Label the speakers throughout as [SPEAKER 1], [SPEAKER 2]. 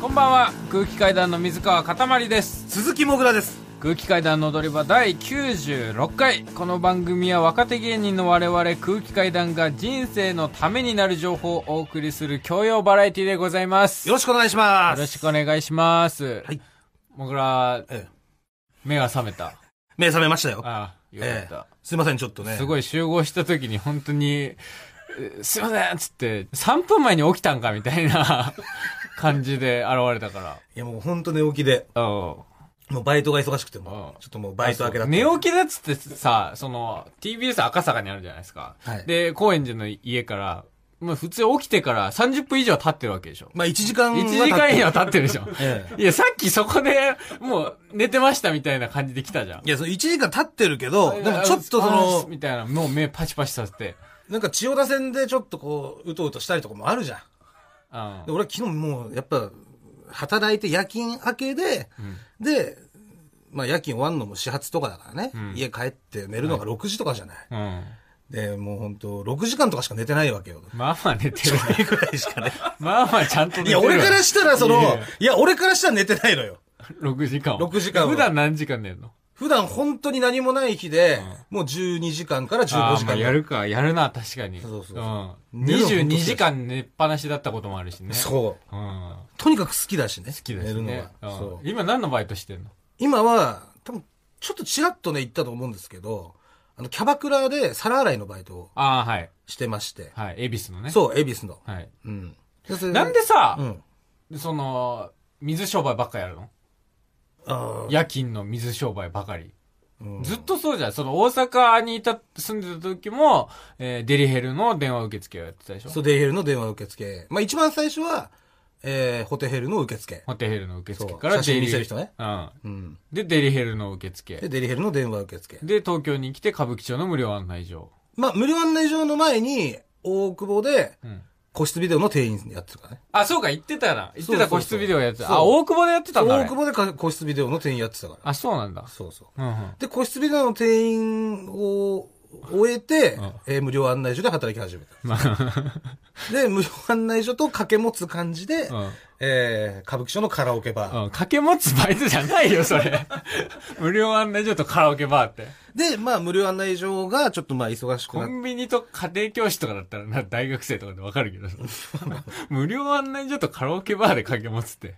[SPEAKER 1] こんばんは空気階段の水川かたまりです
[SPEAKER 2] 鈴木もぐらです
[SPEAKER 1] 空気階段の踊り場第96回この番組は若手芸人の我々空気階段が人生のためになる情報をお送りする教養バラエティでございます
[SPEAKER 2] よ
[SPEAKER 1] よ
[SPEAKER 2] ろしくお願いします
[SPEAKER 1] ろしくお願いします
[SPEAKER 2] はい
[SPEAKER 1] もぐら
[SPEAKER 2] ええ
[SPEAKER 1] 目が覚めた
[SPEAKER 2] 目覚めましたよ
[SPEAKER 1] ああよか
[SPEAKER 2] え
[SPEAKER 1] っ
[SPEAKER 2] え
[SPEAKER 1] た、
[SPEAKER 2] すいませんちょっとね
[SPEAKER 1] すごい集合した時に本当に、えすいませんっつって、3分前に起きたんかみたいな 感じで現れたか
[SPEAKER 2] いやもう本当寝起きで
[SPEAKER 1] ら。うん。
[SPEAKER 2] もうバイトが忙しくても
[SPEAKER 1] うん
[SPEAKER 2] ちょっともうバイト明けだった
[SPEAKER 1] 寝起きだっつってさ、その、TBS 赤坂にあるじゃないですか。
[SPEAKER 2] はい
[SPEAKER 1] で、高円寺の家から、まあ普通起きてから30分以上経ってるわけでしょ。
[SPEAKER 2] まあ1時間は経
[SPEAKER 1] 1
[SPEAKER 2] って
[SPEAKER 1] 時間以上経ってるでしょ。
[SPEAKER 2] え え
[SPEAKER 1] いや、さっきそこで、もう、寝てましたみたいな感じで来たじゃん
[SPEAKER 2] い。やその1時間経ってるけどでもちょっとそ
[SPEAKER 1] あー
[SPEAKER 2] の
[SPEAKER 1] みたいな、もう目パチパチさせて。
[SPEAKER 2] なんか千代田線でちょっとこううとうとしたりとかもあるじゃん
[SPEAKER 1] うん
[SPEAKER 2] で。俺は昨日もうやっぱ働いて夜勤明けで、でまあ夜勤終わんのも始発とかだからね、家帰って寝るのが6時とかじゃない、
[SPEAKER 1] うん。
[SPEAKER 2] でもう本当6時間とかしか寝てないわけよ
[SPEAKER 1] まあまあ寝てるね。
[SPEAKER 2] ぐらいしかね
[SPEAKER 1] まあまあちゃんと寝
[SPEAKER 2] い
[SPEAKER 1] てる
[SPEAKER 2] や、
[SPEAKER 1] わ。
[SPEAKER 2] 俺からしたら、そ
[SPEAKER 1] いや
[SPEAKER 2] の
[SPEAKER 1] いや、
[SPEAKER 2] いや、俺からしたら寝てないのよ。
[SPEAKER 1] 6時間は。
[SPEAKER 2] 6時間は
[SPEAKER 1] 普段何時間寝るの
[SPEAKER 2] 普段本当に何もない日で、もう12時間から15
[SPEAKER 1] あ
[SPEAKER 2] 時
[SPEAKER 1] ーまあ
[SPEAKER 2] 間。
[SPEAKER 1] やるか、やるな、確かに。。
[SPEAKER 2] そうそうそうん寝るの本当
[SPEAKER 1] 22
[SPEAKER 2] 好き
[SPEAKER 1] 時間寝っぱなしだったこともあるしね。う。
[SPEAKER 2] そう。
[SPEAKER 1] うん。好
[SPEAKER 2] とにかく好きだしね。好
[SPEAKER 1] きで
[SPEAKER 2] 寝
[SPEAKER 1] す
[SPEAKER 2] るの
[SPEAKER 1] ね
[SPEAKER 2] が。。
[SPEAKER 1] うん
[SPEAKER 2] そう。
[SPEAKER 1] 今何のバイトしてんの
[SPEAKER 2] 今は、多分、ちょっとちらっとね、言ったと思うんですけど、あの、キャバクラで皿洗いのバイトを
[SPEAKER 1] ああ、はい。
[SPEAKER 2] してまして。
[SPEAKER 1] はい。恵比寿のね。
[SPEAKER 2] そう、恵比寿の。
[SPEAKER 1] う。はい。
[SPEAKER 2] うん。それ
[SPEAKER 1] なんでさ
[SPEAKER 2] う、ん。
[SPEAKER 1] その、水商売ばっかやるの
[SPEAKER 2] あ
[SPEAKER 1] 夜勤の水商売ばかり。
[SPEAKER 2] うん
[SPEAKER 1] ずっとそうじゃん。その大阪にいた、住んでた時も、えーデリヘルの電話受付をやってたでし
[SPEAKER 2] あ。
[SPEAKER 1] ょ
[SPEAKER 2] そう、デイヘルの電話受付。まあ、一番最初は、えー、ホテヘルの受付。
[SPEAKER 1] ホテヘルの受付
[SPEAKER 2] そう
[SPEAKER 1] から
[SPEAKER 2] 写真
[SPEAKER 1] デリ
[SPEAKER 2] 見せる人ね
[SPEAKER 1] うん。
[SPEAKER 2] うん。
[SPEAKER 1] で、デリヘルの受付。
[SPEAKER 2] で、デリヘルの電話受付。
[SPEAKER 1] で、東京に来て歌舞伎町の無料案内所。
[SPEAKER 2] まあ、無料案内所の前に、大久保で、
[SPEAKER 1] うん。
[SPEAKER 2] 個室ビデオの店員やってるからね。
[SPEAKER 1] あ、そうか、行ってたな。行って
[SPEAKER 2] そうそうそ
[SPEAKER 1] た
[SPEAKER 2] う
[SPEAKER 1] 個室ビデオやってた。
[SPEAKER 2] そう
[SPEAKER 1] あ、大久保でやってたんだ。あれ
[SPEAKER 2] 大久保でか個室ビデオの店員やってたから。
[SPEAKER 1] あ、そうなんだ。
[SPEAKER 2] そうそう。
[SPEAKER 1] うん うん。
[SPEAKER 2] で、個室ビデオの店員を終えて、えー無料案内所で働き始めた。
[SPEAKER 1] まあ、
[SPEAKER 2] で、無料案内所と掛け持つ感じで、
[SPEAKER 1] うん
[SPEAKER 2] えー歌舞伎町のカラオケバー。
[SPEAKER 1] うん。掛け持つバイトじゃないよ、それ。 無料案内所とカラオケバーって。
[SPEAKER 2] で、まあ、無料案内所がちょっとまあ、忙しく
[SPEAKER 1] コ
[SPEAKER 2] なって、
[SPEAKER 1] ンビニと家庭教師とかだったらな、大学生とかでわかるけどさ 無料案内所とカラオケバーで掛け持つって。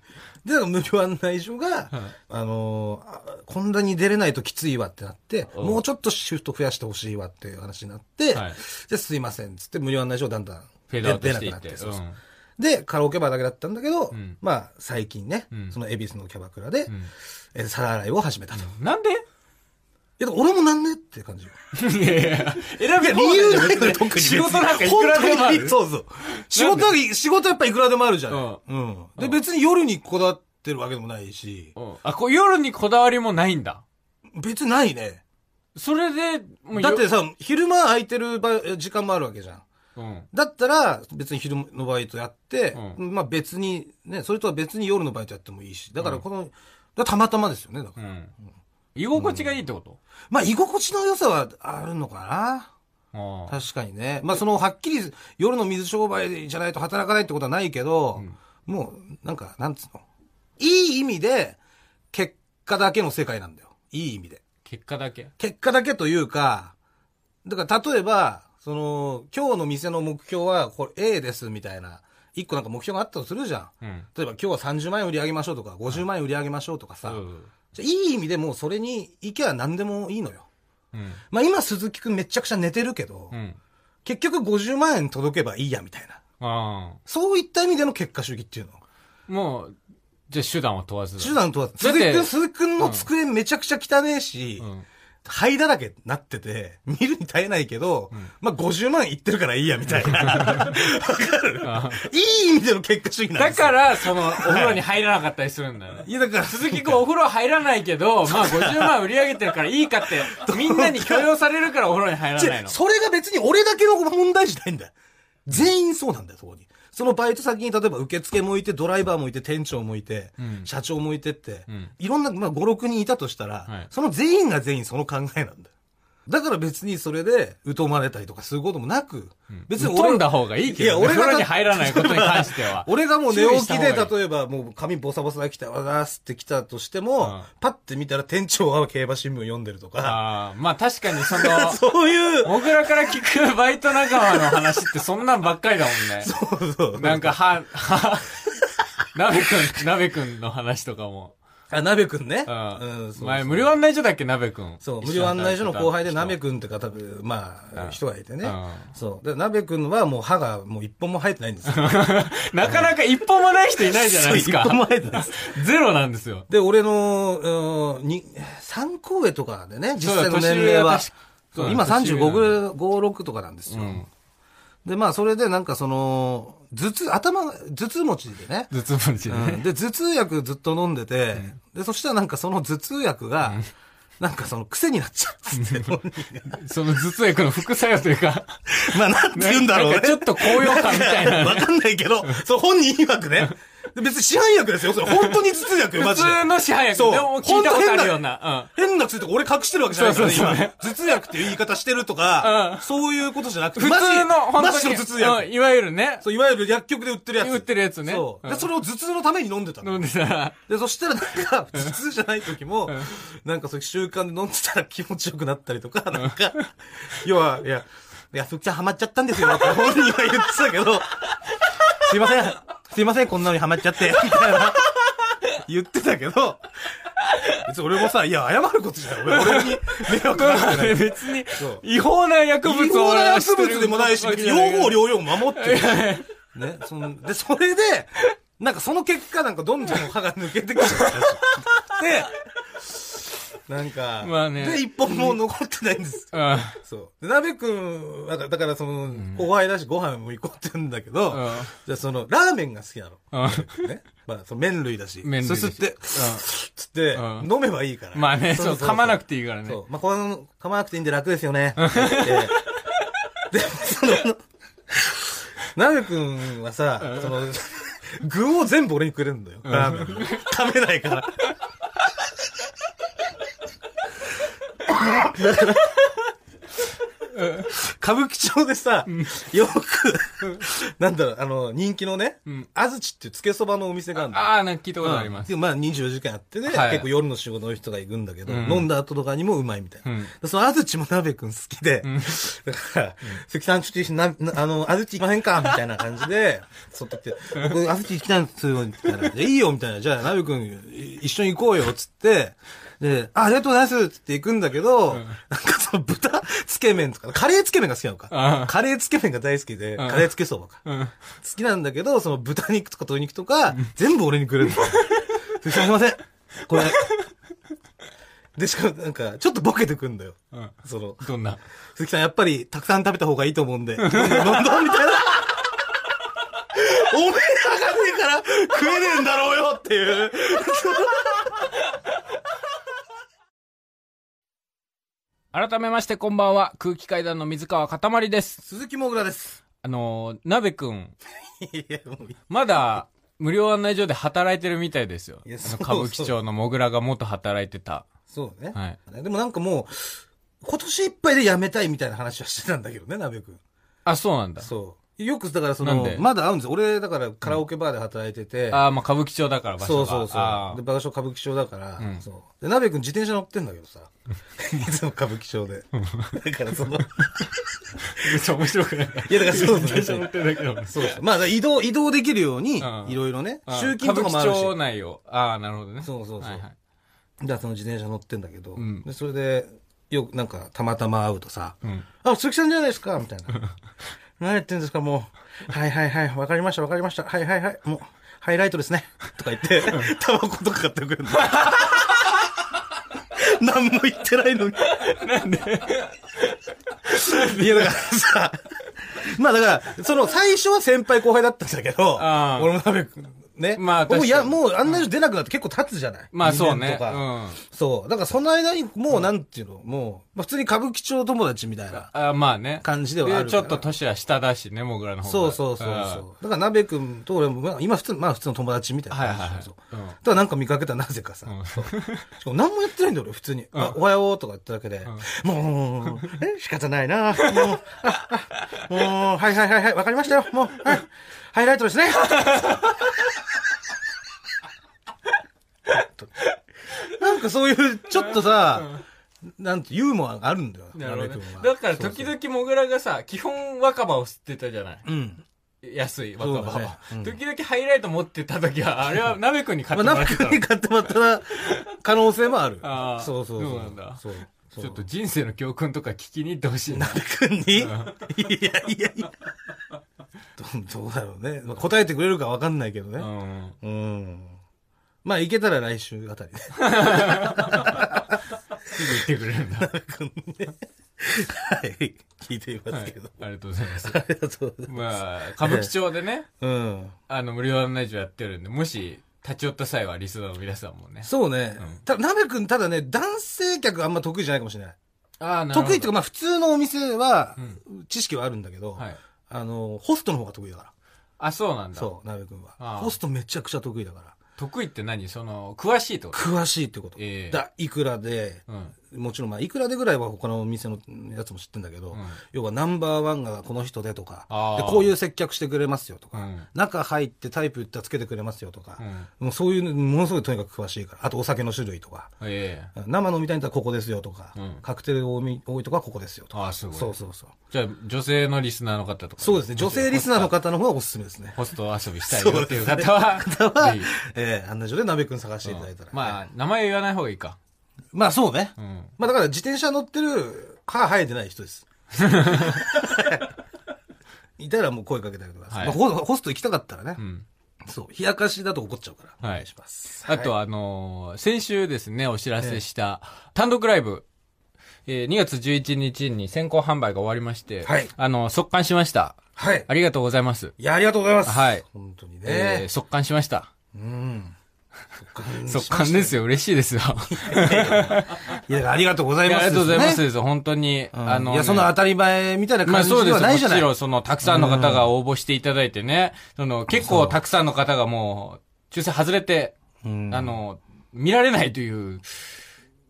[SPEAKER 2] で、だから無料案内所が、あのーあこんなに出れないときついわってなって、
[SPEAKER 1] うん
[SPEAKER 2] もうちょっとシフト増やしてほしいわっていう話になって、
[SPEAKER 1] はい
[SPEAKER 2] じゃあすいませんっつって無料案内所をだんだん
[SPEAKER 1] フェードアウトしていって。。
[SPEAKER 2] そううそうんで、カラオケバーだけだったんだけど、
[SPEAKER 1] ん
[SPEAKER 2] まあ最近ね、
[SPEAKER 1] ん
[SPEAKER 2] その恵比寿のキャバクラで、
[SPEAKER 1] ん
[SPEAKER 2] えー皿洗いを始めたと。い
[SPEAKER 1] なんで
[SPEAKER 2] や、俺もなんねっていう感じよ。
[SPEAKER 1] いやいや、 選び
[SPEAKER 2] 理由ないのよ、
[SPEAKER 1] 別
[SPEAKER 2] 特に。
[SPEAKER 1] 仕事なんかいくらでもあ
[SPEAKER 2] 本当
[SPEAKER 1] る
[SPEAKER 2] に。そうそう。仕事は、仕事やっぱいくらでもあるじゃん。
[SPEAKER 1] うん
[SPEAKER 2] うん。で、別に夜にこだわってるわけでもないし、
[SPEAKER 1] うんあ、こう夜にこだわりもないんだ。
[SPEAKER 2] 別にないね。
[SPEAKER 1] それで、もうよ
[SPEAKER 2] だって、さ、昼間空いてる場時間もあるわけじゃん。
[SPEAKER 1] うん。
[SPEAKER 2] だったら、別に昼のバイトやって、
[SPEAKER 1] う
[SPEAKER 2] まあ別に、ね、それとは別に夜のバイトやってもいいし、だからこの、だからたまたまですよね、だか
[SPEAKER 1] う
[SPEAKER 2] ら。
[SPEAKER 1] ん。居心地がいいってこと、
[SPEAKER 2] まあ居心地の良さはあるのか
[SPEAKER 1] あ
[SPEAKER 2] な
[SPEAKER 1] あ
[SPEAKER 2] 確かにね。まあその、はっきり夜の水商売じゃないと働かないってことはないけど、もう、なんか、なんつうの。いい意味で、結果だけの世界なんだよ。いい意味で。
[SPEAKER 1] 結果だけ。
[SPEAKER 2] 結果だけというか、だから例えば、その、今日の店の目標は、これ A ですみたいな、一個なんか目標があったとするじゃん。
[SPEAKER 1] うん。
[SPEAKER 2] 例えば今日は30万円売り上げましょうとか、50万円売り上げましょうとか
[SPEAKER 1] う
[SPEAKER 2] さ、
[SPEAKER 1] ん。
[SPEAKER 2] じゃあいい意味でもうそれに行けば何でもいいのよ。
[SPEAKER 1] うん。
[SPEAKER 2] まあ今鈴木くんめちゃくちゃ寝てるけど、
[SPEAKER 1] うん。
[SPEAKER 2] 結局50万円届けばいいやみたいな。
[SPEAKER 1] あ
[SPEAKER 2] そういった意味での結果主義っていうの。
[SPEAKER 1] あ。もう、じゃあ手段を問わずだ。
[SPEAKER 2] 手段とは、
[SPEAKER 1] だっ
[SPEAKER 2] 鈴木
[SPEAKER 1] て
[SPEAKER 2] くん、鈴木くんの机めちゃくちゃ汚ねえし、
[SPEAKER 1] うん。
[SPEAKER 2] 灰だらけなってて、見るに耐えないけど、まあ、50万いってるからいいや、みたいな。わかる
[SPEAKER 1] あ
[SPEAKER 2] いい意味での結果主義なん
[SPEAKER 1] だ
[SPEAKER 2] ですよ。、
[SPEAKER 1] からら、その、お風呂に入らなかったりするんだよね。
[SPEAKER 2] いや、だから、
[SPEAKER 1] 鈴木くんお風呂入らないけ ど、まあ50万売り上げてるからいいかって、みんなに許容されるからお風呂に入らない
[SPEAKER 2] 違う
[SPEAKER 1] の。
[SPEAKER 2] それが別に俺だけの問題じゃないんだよ。全員そうなんだよ、そこに。そのバイト先に、例えば受付もいて、ドライバーもいて、店長もいて、
[SPEAKER 1] ん
[SPEAKER 2] 社長もいてって、
[SPEAKER 1] ん
[SPEAKER 2] いろんな、まあ、5、6人いたとしたら、
[SPEAKER 1] はい
[SPEAKER 2] その全員が全員その考えなんだよ。だから別にそれで疎まれたりとかすることもなく、別に
[SPEAKER 1] 飛んだ方がいいけど、ね、
[SPEAKER 2] いや俺が。
[SPEAKER 1] 風呂に入らないことに関しては
[SPEAKER 2] 俺がもう寝起きで、
[SPEAKER 1] 注意した方がいい
[SPEAKER 2] 例えばもう髪ボサボサで来たわざーすって来たとしても、
[SPEAKER 1] うん
[SPEAKER 2] パッて見たら店長は競馬新聞読んでるとか、
[SPEAKER 1] ああ、まあ確かにその、
[SPEAKER 2] そういう、
[SPEAKER 1] 小倉から聞くバイト仲間の話ってそんなんばっかりだもんね。
[SPEAKER 2] そうそう。
[SPEAKER 1] なんか、は、は、なべくん、なべくんの話とかも。
[SPEAKER 2] あ、なべくんね。
[SPEAKER 1] うん。
[SPEAKER 2] うん、そう
[SPEAKER 1] 前、無料案内所だっけ、なべくん。
[SPEAKER 2] そう、無料案内所の後輩でなべ
[SPEAKER 1] く
[SPEAKER 2] くんって方で、まあ、人がいてね
[SPEAKER 1] うん。
[SPEAKER 2] そう。で、なべくんはもう歯がもう一本も生えてないんですよ。
[SPEAKER 1] ん。なかなか一本もない人いないじゃないですか。
[SPEAKER 2] そう一本も生えてないです。
[SPEAKER 1] ゼロなんですよ。
[SPEAKER 2] で、俺の、うん、に、3公演とかでね、実際の
[SPEAKER 1] そうだ
[SPEAKER 2] 年
[SPEAKER 1] 年上
[SPEAKER 2] 齢は
[SPEAKER 1] は確か。
[SPEAKER 2] そう
[SPEAKER 1] そう
[SPEAKER 2] 今
[SPEAKER 1] 年上
[SPEAKER 2] 35ぐらい、5、6とかなんですよ。で、まあ、それでなんかその、頭痛、頭が、頭痛持ちでね。
[SPEAKER 1] 頭痛持ちで
[SPEAKER 2] うん
[SPEAKER 1] ね。
[SPEAKER 2] で、頭痛薬ずっと飲んでて、で、そしたらなんかその頭痛薬が、なんかその癖になっちゃうんですよ。
[SPEAKER 1] その頭痛薬の副作用というか、
[SPEAKER 2] まあ、なんて言うんだろ
[SPEAKER 1] な
[SPEAKER 2] うね
[SPEAKER 1] んか。ちょっと高揚感みたいな。
[SPEAKER 2] わかんないけど、そう、本人曰くね。で別に市販薬ですよ。それ本当に頭痛薬よ、 マ
[SPEAKER 1] 普
[SPEAKER 2] ジで。
[SPEAKER 1] 通の市販薬。で
[SPEAKER 2] そう
[SPEAKER 1] も聞いたことあるような。
[SPEAKER 2] 変な薬とか俺隠してるわけじゃないからね、
[SPEAKER 1] そうそうそう
[SPEAKER 2] 今。頭痛薬っていう言い方してるとか
[SPEAKER 1] う、ん
[SPEAKER 2] そういうことじゃなく
[SPEAKER 1] う
[SPEAKER 2] て、
[SPEAKER 1] ん。普通の、本
[SPEAKER 2] マ
[SPEAKER 1] 当
[SPEAKER 2] ジ
[SPEAKER 1] に
[SPEAKER 2] の頭痛薬。
[SPEAKER 1] うんいわゆるね、
[SPEAKER 2] そう、いわゆる薬局で売ってるやつ。
[SPEAKER 1] 売ってるやつね
[SPEAKER 2] そう。で
[SPEAKER 1] うん
[SPEAKER 2] それを頭痛のために飲んでたの
[SPEAKER 1] 飲んでたら、
[SPEAKER 2] で、そしたらなんか、頭痛じゃない時も、なんかそういう習慣で飲んでたら気持ちよくなったりとか、なんか、要は、いや、いや、ふくちゃんハマっちゃったんですよ、って本人は言ってたけど、すいません、すいません、こんなのにハマっちゃって、みたいな、言ってたけど、別に俺もさ、いや、謝ることじゃない。俺俺に迷惑かけてな い。
[SPEAKER 1] 別に
[SPEAKER 2] そう、
[SPEAKER 1] 違法な薬物を
[SPEAKER 2] 違法な薬物でもないし、
[SPEAKER 1] 知って
[SPEAKER 2] 別
[SPEAKER 1] る
[SPEAKER 2] に用語を療養守ってる。ね、その、で、それで、なんかその結果なんかどんどん歯が抜けてきちゃって、なんか、
[SPEAKER 1] まあね
[SPEAKER 2] で、一本も残ってないんです。
[SPEAKER 1] うん
[SPEAKER 2] そう。で、なべくんは、だからその、後輩だしご飯も行こうって言うんだけど、
[SPEAKER 1] うん
[SPEAKER 2] じゃあその、ラーメンが好きなの。
[SPEAKER 1] うん。
[SPEAKER 2] ね。まあ、その麺類だし、
[SPEAKER 1] 麺類だし
[SPEAKER 2] すすって、つって、
[SPEAKER 1] うん
[SPEAKER 2] 飲めばいいから。
[SPEAKER 1] まあね、そう、噛まなくていいからね。
[SPEAKER 2] そう。まあ、この、噛まなくていいんで楽ですよね。って言ってで、その、なべくんはさ、その、具を全部俺にくれるんだよ。ラーメン。噛めないから。だから、歌舞伎町でさ、よく、なんだろう、あの、人気のね、安土っていうつけそばのお店があるんだよ
[SPEAKER 1] ああ、なんか聞いたことあります。
[SPEAKER 2] でまあ24時間やってね、
[SPEAKER 1] はい
[SPEAKER 2] 結構夜の仕事の人が行くんだけど、
[SPEAKER 1] うん
[SPEAKER 2] 飲んだ後とかにもうまいみたいな。
[SPEAKER 1] うん
[SPEAKER 2] でその安土も鍋くん好きで、だから、関さんちょっと一緒にな、なあの、安土行きまへんかみたいな感 じで、そっと来て、僕安土行きたいんですよ、みたいな。でいいよ、みたいな。じゃあ鍋くんい一緒に行こうよ、つって、で、あ、ありがとうございますつって行くんだけど、なんかその豚つけ麺とか、カレーつけ麺が好きなの
[SPEAKER 1] あ
[SPEAKER 2] か
[SPEAKER 1] あ。
[SPEAKER 2] カレーつけ麺が大好き
[SPEAKER 1] ん
[SPEAKER 2] で、カレーつけそばか。
[SPEAKER 1] うん。
[SPEAKER 2] 好きなんだけど、その豚肉とか鶏肉とか、全部俺にくれるの。すいません。これ。で、しかもなんか、ちょっとボケてくんだよ。
[SPEAKER 1] うん。
[SPEAKER 2] その、
[SPEAKER 1] どんな
[SPEAKER 2] 鈴木さんやっぱりたくさん食べた方がいいと思うんで、どんどんどんどんどんみたいな。おめえらがねえから食えねえんだろうよっていう。
[SPEAKER 1] 改めましてこんばんは、空気階段の水川かたまりです。
[SPEAKER 2] 鈴木もぐらです。
[SPEAKER 1] あのー、なべくん、
[SPEAKER 2] いや、もう、
[SPEAKER 1] まだ、無料案内所で働いてるみたいですよ。
[SPEAKER 2] いや
[SPEAKER 1] あの
[SPEAKER 2] そうそう
[SPEAKER 1] 歌舞伎町のモグラが元働いてた。
[SPEAKER 2] そうね。
[SPEAKER 1] はい。
[SPEAKER 2] でもなんかもう、今年いっぱいでやめたいみたいな話はしてたんだけどね、鍋くん。
[SPEAKER 1] あ、そうなんだ。
[SPEAKER 2] そう。よく、だからそ
[SPEAKER 1] なん
[SPEAKER 2] の
[SPEAKER 1] で、
[SPEAKER 2] まだ会うんですよ。俺、だからカラオケバーで働いてて。
[SPEAKER 1] ああ、まあ歌舞伎町だから場
[SPEAKER 2] そ
[SPEAKER 1] 所
[SPEAKER 2] う
[SPEAKER 1] が。
[SPEAKER 2] そうそ
[SPEAKER 1] あ
[SPEAKER 2] う。
[SPEAKER 1] ー
[SPEAKER 2] で、場所歌舞伎町だから、
[SPEAKER 1] ん
[SPEAKER 2] そう。で、鍋くん自転車乗ってんだけどさ。いつも歌舞伎 町で。だからその、い
[SPEAKER 1] 別 に面白くない。い
[SPEAKER 2] やだから そう
[SPEAKER 1] 自転車乗 ってるだけだもん。
[SPEAKER 2] そうそう。まあ、だから移動、移動できるように
[SPEAKER 1] うん、
[SPEAKER 2] いろいろね、
[SPEAKER 1] あー
[SPEAKER 2] 集金とかもあるし。
[SPEAKER 1] 歌舞伎町
[SPEAKER 2] だか
[SPEAKER 1] 内を。ああ、なるほどね。
[SPEAKER 2] そうそうそう
[SPEAKER 1] はいはい
[SPEAKER 2] らその自転車乗ってんだけど、
[SPEAKER 1] ん
[SPEAKER 2] で、それで、よく、なんか、たまたま会うとさ、
[SPEAKER 1] ん
[SPEAKER 2] あ、鈴木さんじゃないですかみたい な。何やってんですかもう。はいはいはい。わかりましたわかりました。はいはいはい。もう、ハイライトですね。とか言って、タバコとか買ってくるんだ。 何も言ってないのに。なんでいやだからさ、まあだから、その最初は先輩後輩だったんだけど、
[SPEAKER 1] あー
[SPEAKER 2] 俺も鍋くん、ね。
[SPEAKER 1] まあ確か
[SPEAKER 2] もう
[SPEAKER 1] に
[SPEAKER 2] いや、もうあんな人出なくなって結構経つじゃない
[SPEAKER 1] まあそう
[SPEAKER 2] 2年
[SPEAKER 1] ね
[SPEAKER 2] と。
[SPEAKER 1] う
[SPEAKER 2] か
[SPEAKER 1] ん。
[SPEAKER 2] そう。だからその間に、もうなんていうの、もう、まあ、普通に歌舞伎町友達みたいな
[SPEAKER 1] あまあね。
[SPEAKER 2] 感じではあるから。
[SPEAKER 1] でちょっと年は下だしね、モグラの方が。
[SPEAKER 2] そうそうそうそう。だから、なべくんと俺も、まあ今普通、まあ普通の友達みたい
[SPEAKER 1] は
[SPEAKER 2] な
[SPEAKER 1] い
[SPEAKER 2] 感
[SPEAKER 1] は
[SPEAKER 2] じ
[SPEAKER 1] いはい
[SPEAKER 2] そう
[SPEAKER 1] うん
[SPEAKER 2] だからなんか見かけたらなぜかさ。
[SPEAKER 1] うん
[SPEAKER 2] そうしかも何もやってないんだよ俺、普通に。あ、おはようとか言っただけで。もう、え仕方ないな。もう、ああもう、はいはいはいはい、わかりましたよ。もう、はい。ハイライトですね。なんかそういう、ちょっとさ、なんてユーモアがあるんだよ、
[SPEAKER 1] うん。なるほどね
[SPEAKER 2] なべくんは
[SPEAKER 1] だから
[SPEAKER 2] そうそ
[SPEAKER 1] 時
[SPEAKER 2] う
[SPEAKER 1] 々モグラがさ、基本若葉を吸ってたじゃない。
[SPEAKER 2] うん。
[SPEAKER 1] 安い若葉
[SPEAKER 2] そう
[SPEAKER 1] を
[SPEAKER 2] だねうん
[SPEAKER 1] 時々ハイライト持ってた時は、あれは鍋くんに買っ
[SPEAKER 2] まあ、
[SPEAKER 1] てもら
[SPEAKER 2] ナ
[SPEAKER 1] っ
[SPEAKER 2] プ
[SPEAKER 1] て
[SPEAKER 2] キ
[SPEAKER 1] た
[SPEAKER 2] ンに買ってもらっ たら、可能性もある。
[SPEAKER 1] あー
[SPEAKER 2] そうそうそう。
[SPEAKER 1] そうなんだ
[SPEAKER 2] そう。そう
[SPEAKER 1] ちょっと、人生の教訓とか聞きに行ってほしいな
[SPEAKER 2] ナ。プキンにいやいやいや。どどうだろうね。まあ、答えてくれるかわかんないけど
[SPEAKER 1] う
[SPEAKER 2] ね。
[SPEAKER 1] ん。
[SPEAKER 2] うん。まあ、いけたら来週あたりね。
[SPEAKER 1] すぐ行ってくれるんだ。
[SPEAKER 2] ナプキンね。はい。聞いていま
[SPEAKER 1] は
[SPEAKER 2] す
[SPEAKER 1] い
[SPEAKER 2] けど。
[SPEAKER 1] ありがとうございます。
[SPEAKER 2] ありがとうございます。
[SPEAKER 1] まあ、歌舞伎町でね、
[SPEAKER 2] うん。
[SPEAKER 1] あの、無料案内所やってるんで、もし、立ち寄った際はリスナーの皆さんもね。
[SPEAKER 2] そうね
[SPEAKER 1] うん。
[SPEAKER 2] た、ナベ君、ただね、男性客あんま得意じゃないかもしれない。
[SPEAKER 1] ああ、な
[SPEAKER 2] 得意っていうか、まあ、普通のお店は
[SPEAKER 1] う、ん。
[SPEAKER 2] 知識はあるんだけど、
[SPEAKER 1] はい。
[SPEAKER 2] あの、ホストの方が得意だから。
[SPEAKER 1] あ、そうなんだ。
[SPEAKER 2] そう、なべくん
[SPEAKER 1] あ
[SPEAKER 2] は
[SPEAKER 1] あ。
[SPEAKER 2] ホストめちゃくちゃ得意だから。
[SPEAKER 1] 得意って何その、詳しいってこと
[SPEAKER 2] 詳しいってこと。
[SPEAKER 1] ええ
[SPEAKER 2] だ、いくらで、
[SPEAKER 1] うん。
[SPEAKER 2] もちろんまあ、いくらでぐらいは他のお店のやつも知ってんだけど、
[SPEAKER 1] うん
[SPEAKER 2] 要はナンバーワンがこの人でとか
[SPEAKER 1] ああ
[SPEAKER 2] で、こういう接客してくれますよとか、
[SPEAKER 1] うん
[SPEAKER 2] 中入ってタイプ言ったらつけてくれますよとか、
[SPEAKER 1] うん
[SPEAKER 2] もうそういうの、ものすごいとにかく詳しいから。あとお酒の種類とか、
[SPEAKER 1] ええ
[SPEAKER 2] 生飲みたいんだったらここですよとか、
[SPEAKER 1] うん
[SPEAKER 2] カクテル多み多いとかここですよとか。
[SPEAKER 1] ああ、すごい。
[SPEAKER 2] そうそうそう。
[SPEAKER 1] じゃあ、女性のリスナーの方とか。
[SPEAKER 2] そうですね。女性リスナーの方の方がおすすめですね。
[SPEAKER 1] ホスト遊びしたいよっていう方は、 ぜひ
[SPEAKER 2] ええ案内所でなべくん探していただいたら。
[SPEAKER 1] まあ、名前言わない方がいいか。
[SPEAKER 2] まあそうね。
[SPEAKER 1] うん。
[SPEAKER 2] まあだから自転車乗ってる、歯生えてない人 です。いたらもう声かけてあげてください。
[SPEAKER 1] は
[SPEAKER 2] ま
[SPEAKER 1] い
[SPEAKER 2] あ、ホホスト行きたかったらね。
[SPEAKER 1] うん。
[SPEAKER 2] そう。冷やかしだと怒っちゃうか
[SPEAKER 1] は
[SPEAKER 2] ら。
[SPEAKER 1] い
[SPEAKER 2] お願いします。
[SPEAKER 1] あと、あのー先週ですね、お知らせした、単独ライブ、えー2月11日に先行販売が終わりまして、
[SPEAKER 2] はい
[SPEAKER 1] あの、速乾しました。
[SPEAKER 2] はい。
[SPEAKER 1] ありがとうございます。
[SPEAKER 2] いや、ありがとうございます。
[SPEAKER 1] はい
[SPEAKER 2] 本当に
[SPEAKER 1] えー
[SPEAKER 2] ね。
[SPEAKER 1] 速乾しました。
[SPEAKER 2] うん。
[SPEAKER 1] 速乾ですよ、嬉しいですよ。
[SPEAKER 2] いや、ありがとうござ
[SPEAKER 1] い
[SPEAKER 2] い
[SPEAKER 1] や
[SPEAKER 2] ま
[SPEAKER 1] あ
[SPEAKER 2] す。
[SPEAKER 1] りがとうございま
[SPEAKER 2] です
[SPEAKER 1] す
[SPEAKER 2] ね。
[SPEAKER 1] です、本当に。
[SPEAKER 2] あ
[SPEAKER 1] あ
[SPEAKER 2] の、
[SPEAKER 1] の、
[SPEAKER 2] いや、その当たり前みたいな感じではないじゃ
[SPEAKER 1] もち
[SPEAKER 2] ない。
[SPEAKER 1] ろん、その、たくさんの方が応募していただいてね、その、結構たくさんの方がもう、抽選外れて、
[SPEAKER 2] うん
[SPEAKER 1] あの、見られないという、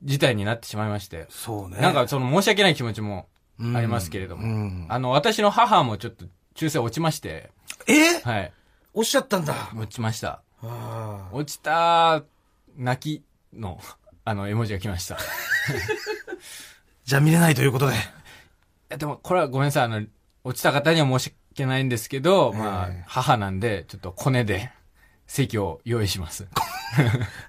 [SPEAKER 1] 事態になってしまいまして。
[SPEAKER 2] そうね。
[SPEAKER 1] なんか、その、申し訳ない気持ちも
[SPEAKER 2] うん、
[SPEAKER 1] ありますけれども
[SPEAKER 2] うん
[SPEAKER 1] あの、私の母もちょっと抽選落ちまして、
[SPEAKER 2] え
[SPEAKER 1] はい、
[SPEAKER 2] おっしゃったんだ。
[SPEAKER 1] 落ちました。
[SPEAKER 2] あ
[SPEAKER 1] 落ちた、泣きの、あの、絵文字が来ま した。い
[SPEAKER 2] じゃあ見れないということで。
[SPEAKER 1] や、でも、これはごめんなさい、あの、落ちた方には申し訳ないんですけど、まあ
[SPEAKER 2] ええ、
[SPEAKER 1] 母なんで、ちょっとコネで、席を用意します。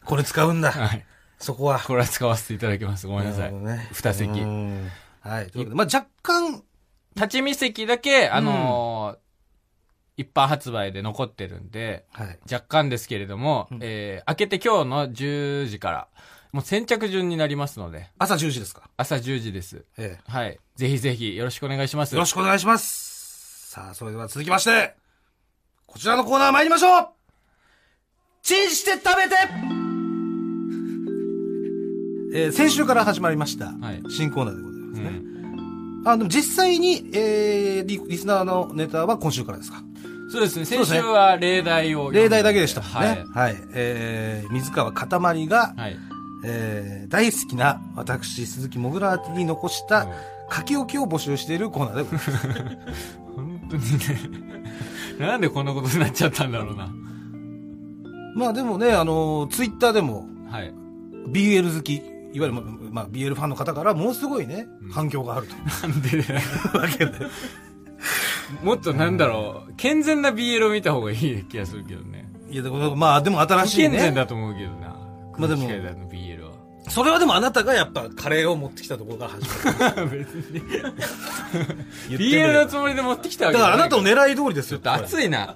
[SPEAKER 2] これ使うんだ。
[SPEAKER 1] はい。
[SPEAKER 2] そこは。
[SPEAKER 1] これは使わせていただきます。ごめんなさい。
[SPEAKER 2] るほどね
[SPEAKER 1] 二席
[SPEAKER 2] うんはい。ということでまあ若干、
[SPEAKER 1] 立ち見席だけ、あのー一般発売で残ってるんで、
[SPEAKER 2] はい。
[SPEAKER 1] 若干ですけれども、
[SPEAKER 2] うん
[SPEAKER 1] えー、明けて今日の10時から、もう先着順になりますので、
[SPEAKER 2] 朝10時ですか。
[SPEAKER 1] 朝10時です。
[SPEAKER 2] え
[SPEAKER 1] はい。ぜひぜひよろしくお願いしま
[SPEAKER 2] え。
[SPEAKER 1] す。
[SPEAKER 2] よろしくお願いします。さあ、それでは続きまして、こちらのコーナー参りましょうチンして食べてえー先週から始まりました、
[SPEAKER 1] はい
[SPEAKER 2] 新コーナーでございます
[SPEAKER 1] う
[SPEAKER 2] ね。
[SPEAKER 1] ん
[SPEAKER 2] あ、でも実際に、えーリ、リスナーのネタは今週からですか
[SPEAKER 1] そうですね。
[SPEAKER 2] そう
[SPEAKER 1] 先
[SPEAKER 2] ですね
[SPEAKER 1] 週は例題を。
[SPEAKER 2] 例題だけでしたもんね。
[SPEAKER 1] は
[SPEAKER 2] はいい。。えー、水川かたまりが、
[SPEAKER 1] はい。
[SPEAKER 2] えー大好きな私、鈴木もぐら宛てに残した
[SPEAKER 1] うん、
[SPEAKER 2] 書き置きを募集しているコーナーでござい ます。
[SPEAKER 1] 本当にね。 なんでこんなことになっちゃったんだろうな。
[SPEAKER 2] まあでもね、あの、ツイッターでも、
[SPEAKER 1] はい。
[SPEAKER 2] BL 好き、いわゆる、ままあ、BL ファンの方から、ものすごいね、
[SPEAKER 1] うん
[SPEAKER 2] 反響があると。
[SPEAKER 1] なんで、
[SPEAKER 2] わけで。
[SPEAKER 1] もっとなんだろう。健全な BL を見た方がいい気がするけどね。
[SPEAKER 2] いや、でもまあ、でも新
[SPEAKER 1] 不
[SPEAKER 2] しい
[SPEAKER 1] 健全
[SPEAKER 2] ね。
[SPEAKER 1] だと思うけどな。
[SPEAKER 2] まあでも
[SPEAKER 1] 空気階段の BL は。
[SPEAKER 2] それはでもあなたがやっぱカレーを持ってきたところから始 まる。
[SPEAKER 1] 別に。
[SPEAKER 2] 言ってみれ
[SPEAKER 1] BL
[SPEAKER 2] ば
[SPEAKER 1] のつもりで持ってきたわ
[SPEAKER 2] だ
[SPEAKER 1] け
[SPEAKER 2] からあなたの
[SPEAKER 1] も
[SPEAKER 2] 狙い通りです
[SPEAKER 1] ちょ
[SPEAKER 2] よ。
[SPEAKER 1] っと熱いな。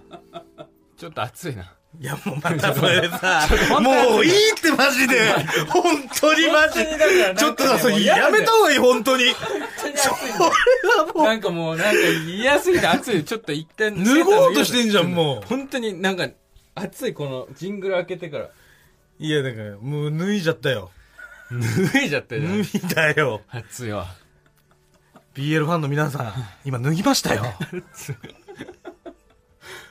[SPEAKER 1] ちょっと熱いな。
[SPEAKER 2] いや、もうまたそれ さ、もういいってマジで。本当にマジ
[SPEAKER 1] 本当にだからなんか
[SPEAKER 2] で
[SPEAKER 1] ね。
[SPEAKER 2] ちょっとさ、そ
[SPEAKER 1] もう
[SPEAKER 2] れ
[SPEAKER 1] 嫌なんだ
[SPEAKER 2] や
[SPEAKER 1] よ
[SPEAKER 2] めた方がいい、本当に。
[SPEAKER 1] なんかもう、なんか嫌すぎて熱い。ちょっと一旦。
[SPEAKER 2] 脱ごうとしてんじゃん、もう。
[SPEAKER 1] 本当になんか、熱いこのジングル開けてから
[SPEAKER 2] いや、だから、もう脱いじゃったよ。
[SPEAKER 1] 脱いじゃったじゃ
[SPEAKER 2] 脱
[SPEAKER 1] ん
[SPEAKER 2] いだよ。
[SPEAKER 1] 熱いわ
[SPEAKER 2] BL ファンの皆さん、今脱ぎましたよ。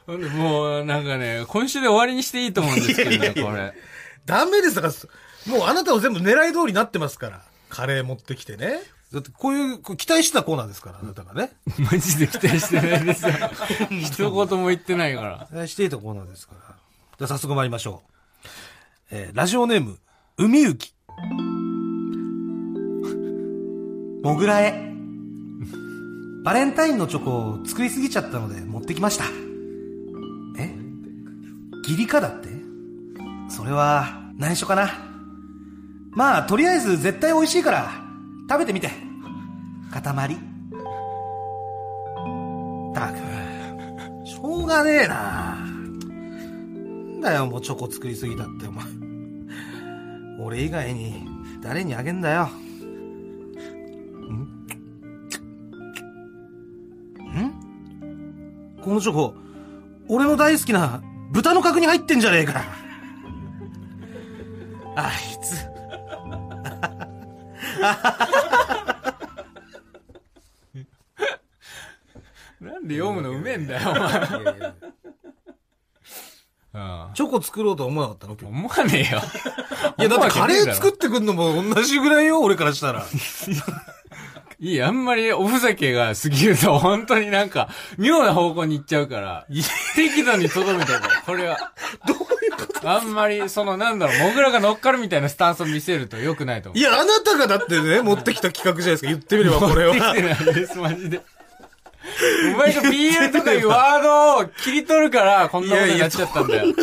[SPEAKER 1] ほんでもうなんかね今週で終わりにしていいと思うんですけど
[SPEAKER 2] い
[SPEAKER 1] ね
[SPEAKER 2] やいやいや
[SPEAKER 1] これ
[SPEAKER 2] ダメですだから、もうあなたを全部狙い通りになってますから。カレー持ってきてね。だってこういう、こう期待してたコーナーですから、あなたがね。
[SPEAKER 1] マジで期待してないです よ一言も言ってないから
[SPEAKER 2] 期待していたコーナーですから。じゃあ早速参りましょう。えーラジオネーム、海ゆき。 もぐらへ。バレンタインのチョコを作りすぎちゃったので持ってきました。え義理かだってそれは、内緒かな。まあ、とりあえず絶対美味しいから、食べてみて。塊。たく、しょうがねえな。なんだよ、もうチョコ作りすぎだって、お前。俺以外に、誰にあげんだよ。んんこのチョコ、俺の大好きな豚の角に入ってんじゃねえか。あいつ。
[SPEAKER 1] なんで読むのうめえんだよお前うん
[SPEAKER 2] チョコ作ろうとは思わなかったの今日。
[SPEAKER 1] 思わねえよ
[SPEAKER 2] いや、だってカレー作
[SPEAKER 1] っ
[SPEAKER 2] ってくんのも同じぐらいよ、俺からしたら。
[SPEAKER 1] いいあんまりおふざけが過ぎると本当になんか妙な方向に行っちゃうから適度にとどめておこ うこれは
[SPEAKER 2] どういうこと
[SPEAKER 1] あんまり、その、なんだろう、モグラが乗っかるみたいなスタンスを見せると良くないと思
[SPEAKER 2] いや、あなたがだってね、持ってきた企画じゃないですか。言ってみればこれ
[SPEAKER 1] う。でき
[SPEAKER 2] は。
[SPEAKER 1] てないです、マジで。お前が BL とかいうワードを切り取るから、こんなことになっちゃったんだよ。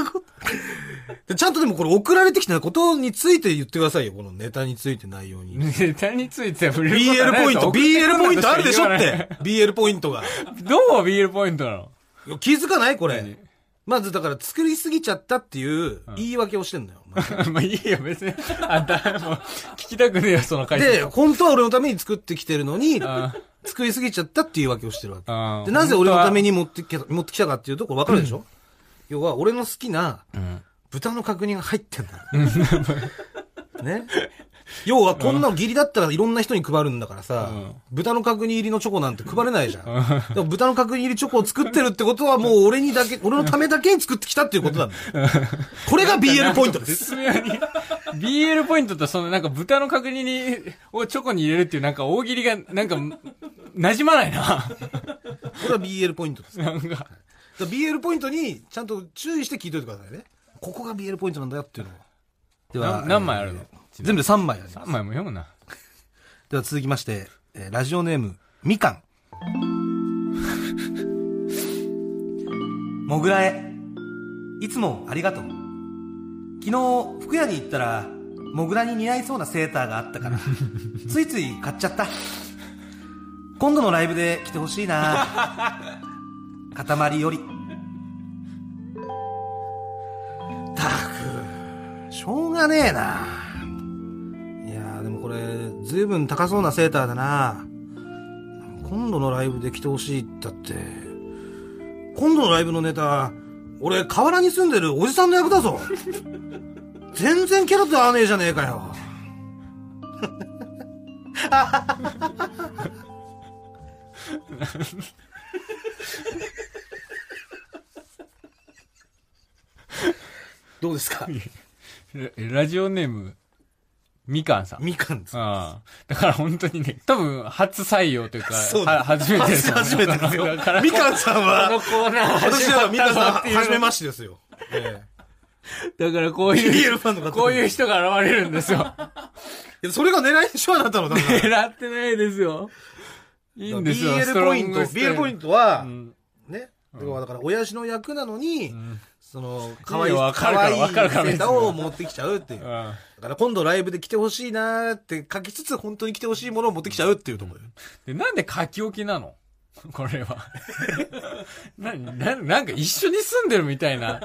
[SPEAKER 2] でちゃんとでもこれ送られてきたことについて言ってくださいよ。このネタについて内容に。
[SPEAKER 1] ネタについては触れることは
[SPEAKER 2] BL
[SPEAKER 1] ない
[SPEAKER 2] ポイント、BL ポイントあるでしょっ。
[SPEAKER 1] 送ってくんな
[SPEAKER 2] て。BL ポイントが。
[SPEAKER 1] としか言わないどう BL ポイントなの
[SPEAKER 2] 気づかないこれ。まずだから作りすぎちゃったっていう言い訳をしてんの よ。お前
[SPEAKER 1] まあいいよ、別に。あんた、もう、聞きたくねえよ、その回
[SPEAKER 2] で、本当は俺のために作ってきてるのに、
[SPEAKER 1] あ
[SPEAKER 2] 作りすぎちゃったっていう言い訳をしてるわけ。
[SPEAKER 1] あ
[SPEAKER 2] で、なぜ俺のために持ってきた、持ってきたかっていうと、これわかるでしょ、要は、俺の好きな、豚の角煮が入ってんだ。 ね要は、こんなの義理だったらいろんな人に配るんだからさ、豚の角煮入りのチョコなんて配れないじゃん。でも豚の角煮入りチョコを作ってるってことは、もう俺にだけ、俺のためだけに作ってきたっていうことなんだ よ。これが BL ポイントです。
[SPEAKER 1] 絶妙に。BL ポイントとそのなんか豚の角煮に、をチョコに入れるっていうなんか大喜利が、なんか、馴染まないな。
[SPEAKER 2] これは BL ポイントです。だか
[SPEAKER 1] なんか、
[SPEAKER 2] ら BL ポイントに、ちゃんと注意して聞いといてくださいね。ここが BL ポイントなんだよっていうのを。で
[SPEAKER 1] な何枚あるの
[SPEAKER 2] 全部で3枚あります。
[SPEAKER 1] 何枚も読むな。
[SPEAKER 2] では続きまして、えーラジオネーム、みかん。 もぐらへ。いつもありがとう。昨日、服屋に行ったら、もぐらに似合いそうなセーターがあったから、ついつい買っちゃった。今度のライブで着てほしいな。塊より。たく、しょうがねえな。いやーでもこれ、ずいぶん高そうなセーターだな今度のライブで着てほしいだって。今度のライブのネタ、俺、河原に住んでるおじさんの役だぞ。全然キャラと合わねえじゃねえかよ。どうですか
[SPEAKER 1] ララジオネーム、みかんさん。
[SPEAKER 2] みかんです。
[SPEAKER 1] ああだから本当にね、多分初採用というか、
[SPEAKER 2] そう
[SPEAKER 1] は初めてですよね
[SPEAKER 2] 初めてですよ
[SPEAKER 1] だから、
[SPEAKER 2] みかんさんは
[SPEAKER 1] このコーナー
[SPEAKER 2] 私
[SPEAKER 1] 始ま
[SPEAKER 2] は
[SPEAKER 1] っ
[SPEAKER 2] みかん
[SPEAKER 1] たぞ
[SPEAKER 2] さん、
[SPEAKER 1] っていう
[SPEAKER 2] 初めましてですよ。え
[SPEAKER 1] だからこう
[SPEAKER 2] え。
[SPEAKER 1] いう、
[SPEAKER 2] BL ファンの方。
[SPEAKER 1] こういう
[SPEAKER 2] い
[SPEAKER 1] 人が現れるんですよ。
[SPEAKER 2] や。それが狙いでしょ、あなたの。だから
[SPEAKER 1] 狙ってないですよ。いいんですよ、ス
[SPEAKER 2] BL
[SPEAKER 1] トロ
[SPEAKER 2] ポイ
[SPEAKER 1] ン
[SPEAKER 2] ント、
[SPEAKER 1] グスタイル
[SPEAKER 2] BL ポイントは
[SPEAKER 1] う、ん
[SPEAKER 2] ね。要はだから、親父の役なのに、その、かわい
[SPEAKER 1] い
[SPEAKER 2] い、
[SPEAKER 1] やわかるから
[SPEAKER 2] 可愛い
[SPEAKER 1] わかるから
[SPEAKER 2] セーターを持ってきちゃうっていう。だ
[SPEAKER 1] ああ
[SPEAKER 2] から今度ライブで来てほしいなーって書きつつ、本当に来てほしいものを持ってきちゃうっていうところよ
[SPEAKER 1] で、なんで書き置きなの これは。 な、な、なんか一緒に住んでるみたい な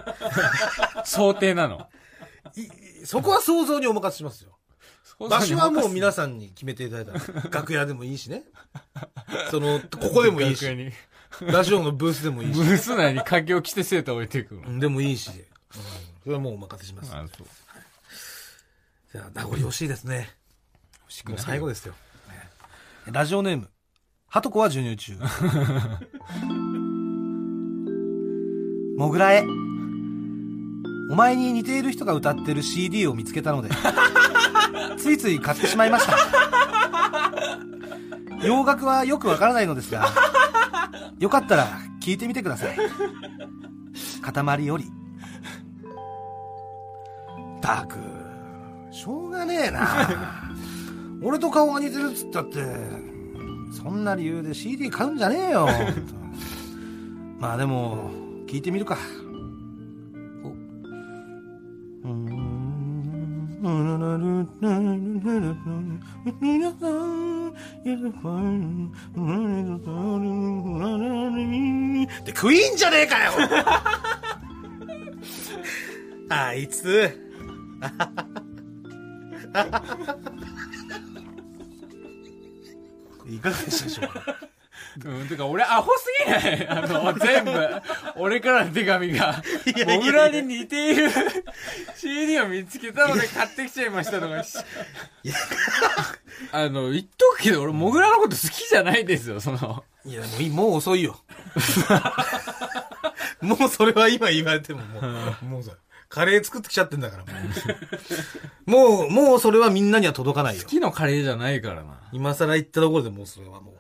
[SPEAKER 1] 想定なの。
[SPEAKER 2] いそこは想像にお任せしますよ。場所 はもう皆さんに決めていただいたら、楽屋でもいいしね。その、ここでもいい
[SPEAKER 1] 楽屋
[SPEAKER 2] し、
[SPEAKER 1] に
[SPEAKER 2] ラジオのブースでもいいし
[SPEAKER 1] ブ。ース内に書き置きしてセーター置いていくの。
[SPEAKER 2] うんでもいいし。それはもうお任せします。
[SPEAKER 1] あそう
[SPEAKER 2] じゃあ、名残惜しいですね。
[SPEAKER 1] 欲しく
[SPEAKER 2] もう
[SPEAKER 1] ない
[SPEAKER 2] 最後ですよ。ねラジオネーム、ハトコは授乳中。モグラへ。お前に似ている人が歌ってる CD を見つけたので、ついつい買ってしまいました。洋楽はよくわからないのですが、よかったら聞いてみてください。塊より。たく、しょうがねえな。俺と顔が似てるっつったってそんな理由で CD 買うんじゃねえよまあでも聞いてみるかおでクイーンじゃねえかよ あいついかがでしたでしょうか
[SPEAKER 1] うん、てか俺アホすぎない あの、全部。俺からの手紙が
[SPEAKER 2] いやいやいや、
[SPEAKER 1] モグラに似ている CD を見つけたので買ってきちゃいましたとかしあの、言っとくけど俺、モグラのこと好きじゃないですよ、その。
[SPEAKER 2] いや、もういい、もう遅 いよ。もうそれは今言われてももう、もうさ、カレー作ってきちゃってんだから、もう。もう、もうそれはみんなには届かないよ
[SPEAKER 1] 好。きのカレーじゃないからな。
[SPEAKER 2] 今更言ったところでもうそれはもう。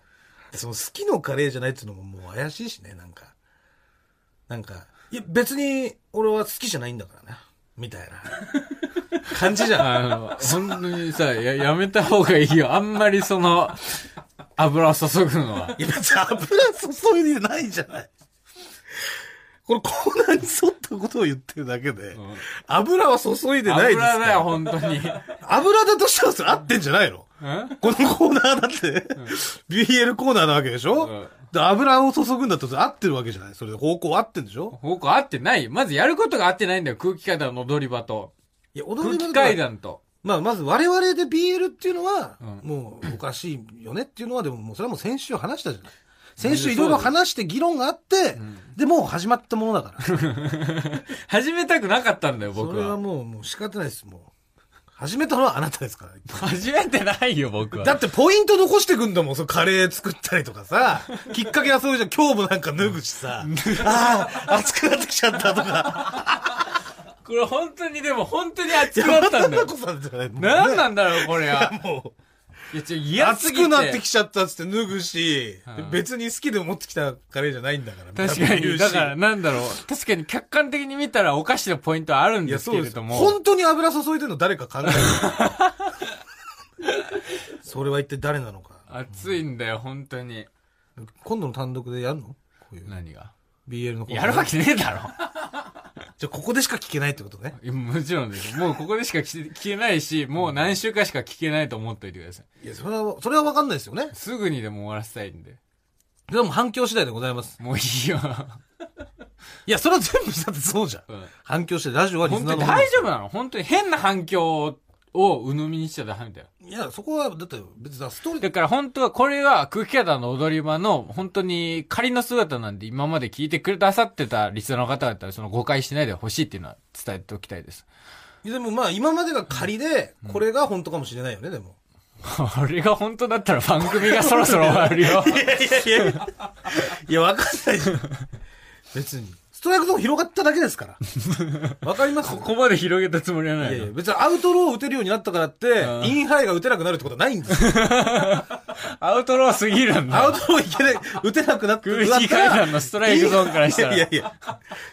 [SPEAKER 2] その好きのカレーじゃないっていうのももう怪しいしね、なんか。なんか、いや別に俺は好きじゃないんだからな、みたいな感じじゃん。
[SPEAKER 1] あの、 本当にさ、や、やめた方がいいよ。あんまりその、油を注ぐのは。
[SPEAKER 2] いや、別に油注いでないじゃない。これコーナーに沿ったことを言ってるだけで、油は注いでないですから
[SPEAKER 1] 油だよ、本当に。
[SPEAKER 2] 油だとしたらそれ合ってんじゃないの
[SPEAKER 1] ん
[SPEAKER 2] このコーナーだって、BL コーナーなわけでしょ、
[SPEAKER 1] うん
[SPEAKER 2] で油を注ぐんだったらそれ合ってるわけじゃないそれ方向合ってんでしょ
[SPEAKER 1] 方向合ってない。まずやることが合ってないんだよ、空気階段の踊り場と。
[SPEAKER 2] いや、踊
[SPEAKER 1] 空
[SPEAKER 2] り場
[SPEAKER 1] 気
[SPEAKER 2] だから
[SPEAKER 1] 階段と。
[SPEAKER 2] まあ、まず我々で BL っていうのは、
[SPEAKER 1] う
[SPEAKER 2] もうおかしいよねっていうのは、でももうそれはもう先週話したじゃない。先週いろいろ話して議論があって、で、もう始まったものだから。
[SPEAKER 1] 始めたくなかったんだよ、
[SPEAKER 2] そ
[SPEAKER 1] 僕
[SPEAKER 2] れは
[SPEAKER 1] は。
[SPEAKER 2] もう、もう仕方ないです、もう。始めたのはあなたですから。
[SPEAKER 1] 始めてないよ、僕は。
[SPEAKER 2] だってポイント残してくんだもん、そのカレー作ったりとかさ。 きっかけはそうじゃん、今日もなんか脱ぐ しさ。ああ、暑くなってきちゃったとか。
[SPEAKER 1] これ本当に、でも本当に熱くなったんだ
[SPEAKER 2] 花
[SPEAKER 1] よ。
[SPEAKER 2] 子さんじゃない もんね
[SPEAKER 1] なんなんだろう、これは。
[SPEAKER 2] も
[SPEAKER 1] いや、ちょ、
[SPEAKER 2] う、
[SPEAKER 1] 嫌す
[SPEAKER 2] 暑
[SPEAKER 1] ぎて。
[SPEAKER 2] くなってきちゃったっつって脱ぐし、
[SPEAKER 1] うん
[SPEAKER 2] 別に好きで持ってきたカレーじゃないんだから。
[SPEAKER 1] 確かに、だから、
[SPEAKER 2] い
[SPEAKER 1] なんだろう。確かに、客観的に見たらおかしなポイントはあるんで
[SPEAKER 2] や、
[SPEAKER 1] す
[SPEAKER 2] そ
[SPEAKER 1] け
[SPEAKER 2] う
[SPEAKER 1] れ
[SPEAKER 2] です
[SPEAKER 1] ど
[SPEAKER 2] よ。
[SPEAKER 1] も。
[SPEAKER 2] 本当に油注いでるの誰か考える。 それは一体誰なのか。
[SPEAKER 1] 熱いんだよ、本当に。
[SPEAKER 2] 今度の単独でやるのこういう
[SPEAKER 1] 何が
[SPEAKER 2] BL のコーナー
[SPEAKER 1] やるわけねえだろ
[SPEAKER 2] じゃあここでしか聞けないってことね。
[SPEAKER 1] いや。もちろんです。もうここでしか聞聞けないし、もう何週かしか聞けないと思っておいてください。
[SPEAKER 2] いや、それは、それはわかんないですよね。
[SPEAKER 1] すぐにでも終わらせたいんで。
[SPEAKER 2] でも反響次第でございます。
[SPEAKER 1] もういい よ。
[SPEAKER 2] いや、それは全部だってそうじゃん。
[SPEAKER 1] うん
[SPEAKER 2] 反響してラジオはリス
[SPEAKER 1] 本
[SPEAKER 2] ナ
[SPEAKER 1] 当
[SPEAKER 2] ー
[SPEAKER 1] に
[SPEAKER 2] の
[SPEAKER 1] 大丈夫なの本当に変な反響を鵜呑みにしちゃダメだよ。
[SPEAKER 2] 夫いや、そこは、だって別にさ、ストーリー
[SPEAKER 1] だから本当は、これは空気階段の踊り場の本当に仮の姿なんで今まで聞いてくださってたリスナーの方だったらその誤解しないでほしいっていうのは伝えておきたいです。
[SPEAKER 2] いやでもまあ、今までが仮で、これが本当かもしれないよね、でも。
[SPEAKER 1] あれが本当だったら番組がそろそろ終わるよ。
[SPEAKER 2] いやいやいや。いや、わかんないじゃん。別に。ストライクゾーン広がっただけですから。わかります
[SPEAKER 1] ここまで広げたつもりはないい
[SPEAKER 2] やい
[SPEAKER 1] の
[SPEAKER 2] や、 別にアウトロー打てるようになったからって
[SPEAKER 1] う、ん
[SPEAKER 2] インハイが打てなくなるってことはないんですよ。
[SPEAKER 1] アウトローすぎるん
[SPEAKER 2] アウ
[SPEAKER 1] だ。
[SPEAKER 2] トローいけない、打てなくなって
[SPEAKER 1] 空気階段のストライクゾーンからしたら
[SPEAKER 2] いやいやいや。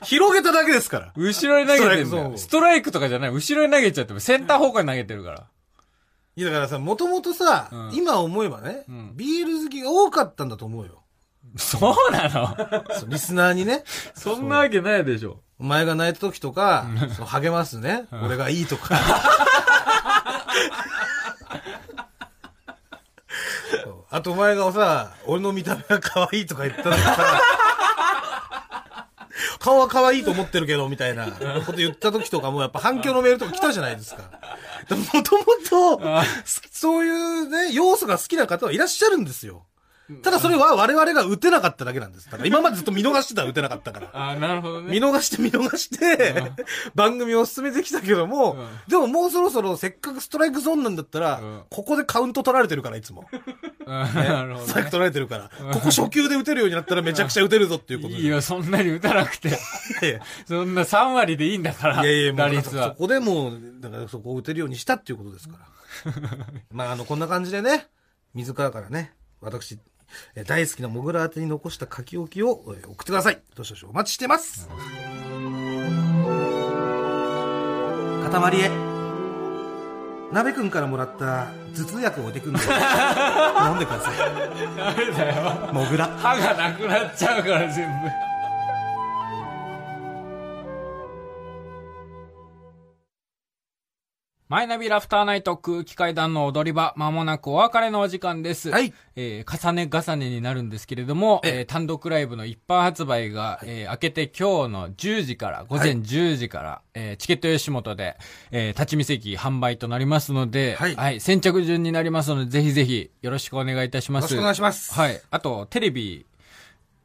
[SPEAKER 2] 広げただけですから。
[SPEAKER 1] 後ろに投げてん
[SPEAKER 2] ストライクゾー
[SPEAKER 1] だ
[SPEAKER 2] ンを
[SPEAKER 1] よ。ストライクとかじゃない。後ろに投げちゃってもセンター方向に投げてるから。
[SPEAKER 2] いやだからさ、もともとさ、
[SPEAKER 1] うん
[SPEAKER 2] 今思えばね、
[SPEAKER 1] ん
[SPEAKER 2] ビール好きが多かったんだと思うよ。
[SPEAKER 1] そうなの
[SPEAKER 2] そうリスナーにね、
[SPEAKER 1] そんなわけないでしょ。
[SPEAKER 2] お前が泣いた時とか、そう励ますね、俺がいいとか。そうあとお前がさ、俺の見た目が可愛いとか言ったのにさ、顔は可愛いと思ってるけど、みたいなこと言った時とかも、やっぱ反響のメールとか来たじゃないですか。もともと、そういうね、要素が好きな方はいらっしゃるんですよ。ただそれは我々が打てなかっただけなんです。だから今までずっと見逃してたら打てなかったから。
[SPEAKER 1] あーなるほどね。
[SPEAKER 2] 見逃して見逃して、番組を進めてきたけども、
[SPEAKER 1] うん
[SPEAKER 2] でももうそろそろせっかくストライクゾーンなんだったら、
[SPEAKER 1] うん
[SPEAKER 2] ここでカウント取られてるから、いつも。
[SPEAKER 1] あー なるほ
[SPEAKER 2] ス
[SPEAKER 1] ど
[SPEAKER 2] トライク
[SPEAKER 1] ね。
[SPEAKER 2] 取られてるから、ここ初球で打てるようになったらめちゃくちゃ打てるぞっていうことで。
[SPEAKER 1] いいよ、そんなに打たなく て。
[SPEAKER 2] いやいや
[SPEAKER 1] そんな3割でいいんだから、
[SPEAKER 2] いやいや、も
[SPEAKER 1] 打
[SPEAKER 2] うだから
[SPEAKER 1] 率
[SPEAKER 2] そ
[SPEAKER 1] は。
[SPEAKER 2] こでもう、だからそこを打てるようにしたっていうことですから。 まあ、あの、こんな感じでね、自らからね、私、え大好きなモグラ宛てに残した書き置きをえ送ってください。どしどしお待ちしてます。塊へ。鍋くんからもらった頭痛薬を置いて くんで、飲んでくださ
[SPEAKER 1] あれだよ。
[SPEAKER 2] い。モグラ。
[SPEAKER 1] 歯がなくなっちゃうから、全部。マイナビラフターナイト空気階段の踊り場、まもなくお別れのお時間です。
[SPEAKER 2] はい。
[SPEAKER 1] えー重ね重ねになるんですけれども、
[SPEAKER 2] ええ
[SPEAKER 1] えー単独ライブの一般発売が、えー明けて今日の10時から、午前10時から、えーチケット吉本で、えー立ち見席販売となりますので、
[SPEAKER 2] はい
[SPEAKER 1] 先着順になりますので、ぜひぜひよろしくお願いいたしま
[SPEAKER 2] よろ
[SPEAKER 1] す。
[SPEAKER 2] しくお願いします。
[SPEAKER 1] はい。あと、テレビ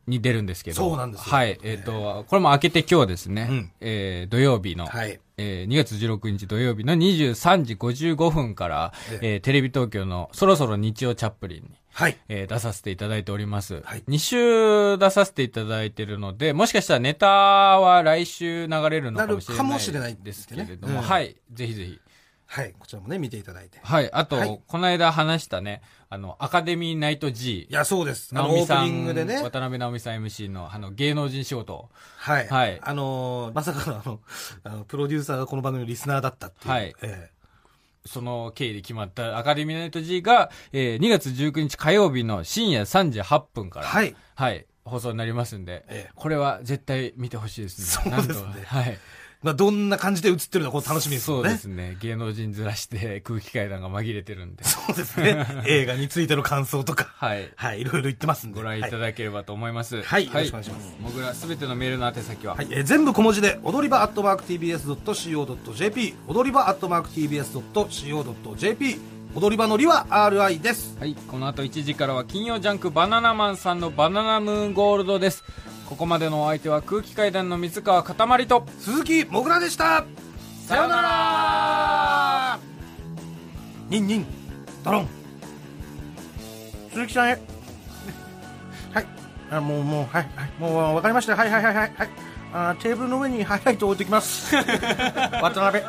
[SPEAKER 1] に出るんですけど。
[SPEAKER 2] そうなんですよ
[SPEAKER 1] はい。えっ、と、これも明けて今日ですね。
[SPEAKER 2] うん
[SPEAKER 1] えー土曜日の、
[SPEAKER 2] はい。
[SPEAKER 1] えー2月16日土曜日の23時55分から、
[SPEAKER 2] え
[SPEAKER 1] えーテレビ東京のそろそろ日曜チャップリンに、
[SPEAKER 2] はい。
[SPEAKER 1] えー出させていただいております。
[SPEAKER 2] はい
[SPEAKER 1] 2週出させていただいてるので、もしかしたらネタは来週流れるのかもしれ
[SPEAKER 2] なるか
[SPEAKER 1] な
[SPEAKER 2] もしれないい
[SPEAKER 1] ですけれど
[SPEAKER 2] うん
[SPEAKER 1] も、はい。ぜひぜひ。
[SPEAKER 2] はい。こちらもね、見ていただいて。
[SPEAKER 1] はい。あと、
[SPEAKER 2] はい
[SPEAKER 1] この間話したね、あの、アカデミーナイト G
[SPEAKER 2] い。や、そうです。あの、
[SPEAKER 1] 直美
[SPEAKER 2] オー
[SPEAKER 1] さ
[SPEAKER 2] プ
[SPEAKER 1] ん
[SPEAKER 2] ニングでね。
[SPEAKER 1] 渡辺直美さん MC のあの芸能人仕事。
[SPEAKER 2] はい。
[SPEAKER 1] はい
[SPEAKER 2] あのーまさかのあの、あの、プロデューサーがこの番組のリスナーだったっていう。
[SPEAKER 1] はい
[SPEAKER 2] え
[SPEAKER 1] その経緯で決まったアカデミーナイト G が、えー2月19日火曜日の深夜3時8分か
[SPEAKER 2] え
[SPEAKER 1] ら、。
[SPEAKER 2] はいい。
[SPEAKER 1] 放送になりますんで、
[SPEAKER 2] ええ
[SPEAKER 1] これは絶対見てほしいですね。
[SPEAKER 2] そうですね
[SPEAKER 1] なんとははい。
[SPEAKER 2] まあ、どんな感じで映ってるのかこう楽しみです
[SPEAKER 1] そ
[SPEAKER 2] よ
[SPEAKER 1] う
[SPEAKER 2] ね。
[SPEAKER 1] ですね。芸能人ずらして空気階段が紛れてるんで、
[SPEAKER 2] そうですね。 映画についての感想とか。
[SPEAKER 1] はい。
[SPEAKER 2] はい。いろいろ言ってますんで。
[SPEAKER 1] ご覧いた
[SPEAKER 2] はい
[SPEAKER 1] だければと思います。
[SPEAKER 2] はいよろしくお願いします。
[SPEAKER 1] もぐら、すべてのメールの宛先は、
[SPEAKER 2] はい、えー全部小文字で踊り場アットマーク TBS.CO.JP 踊り場アットマーク TBS.CO.JP 踊り場のりは RI です
[SPEAKER 1] はい、この後1時からは金曜ジャンクバナナマンさんのバナナムーンゴールドです。ここまでのお相手は空気階段の水川かたまりと、
[SPEAKER 2] 鈴木もぐらでした
[SPEAKER 1] さようなら
[SPEAKER 2] ニンニンドロン鈴木さんへはいあもうもうはいはいもう分かりましたはいはいはいはいはいあーテーブルの上にハイライト置いてきます渡辺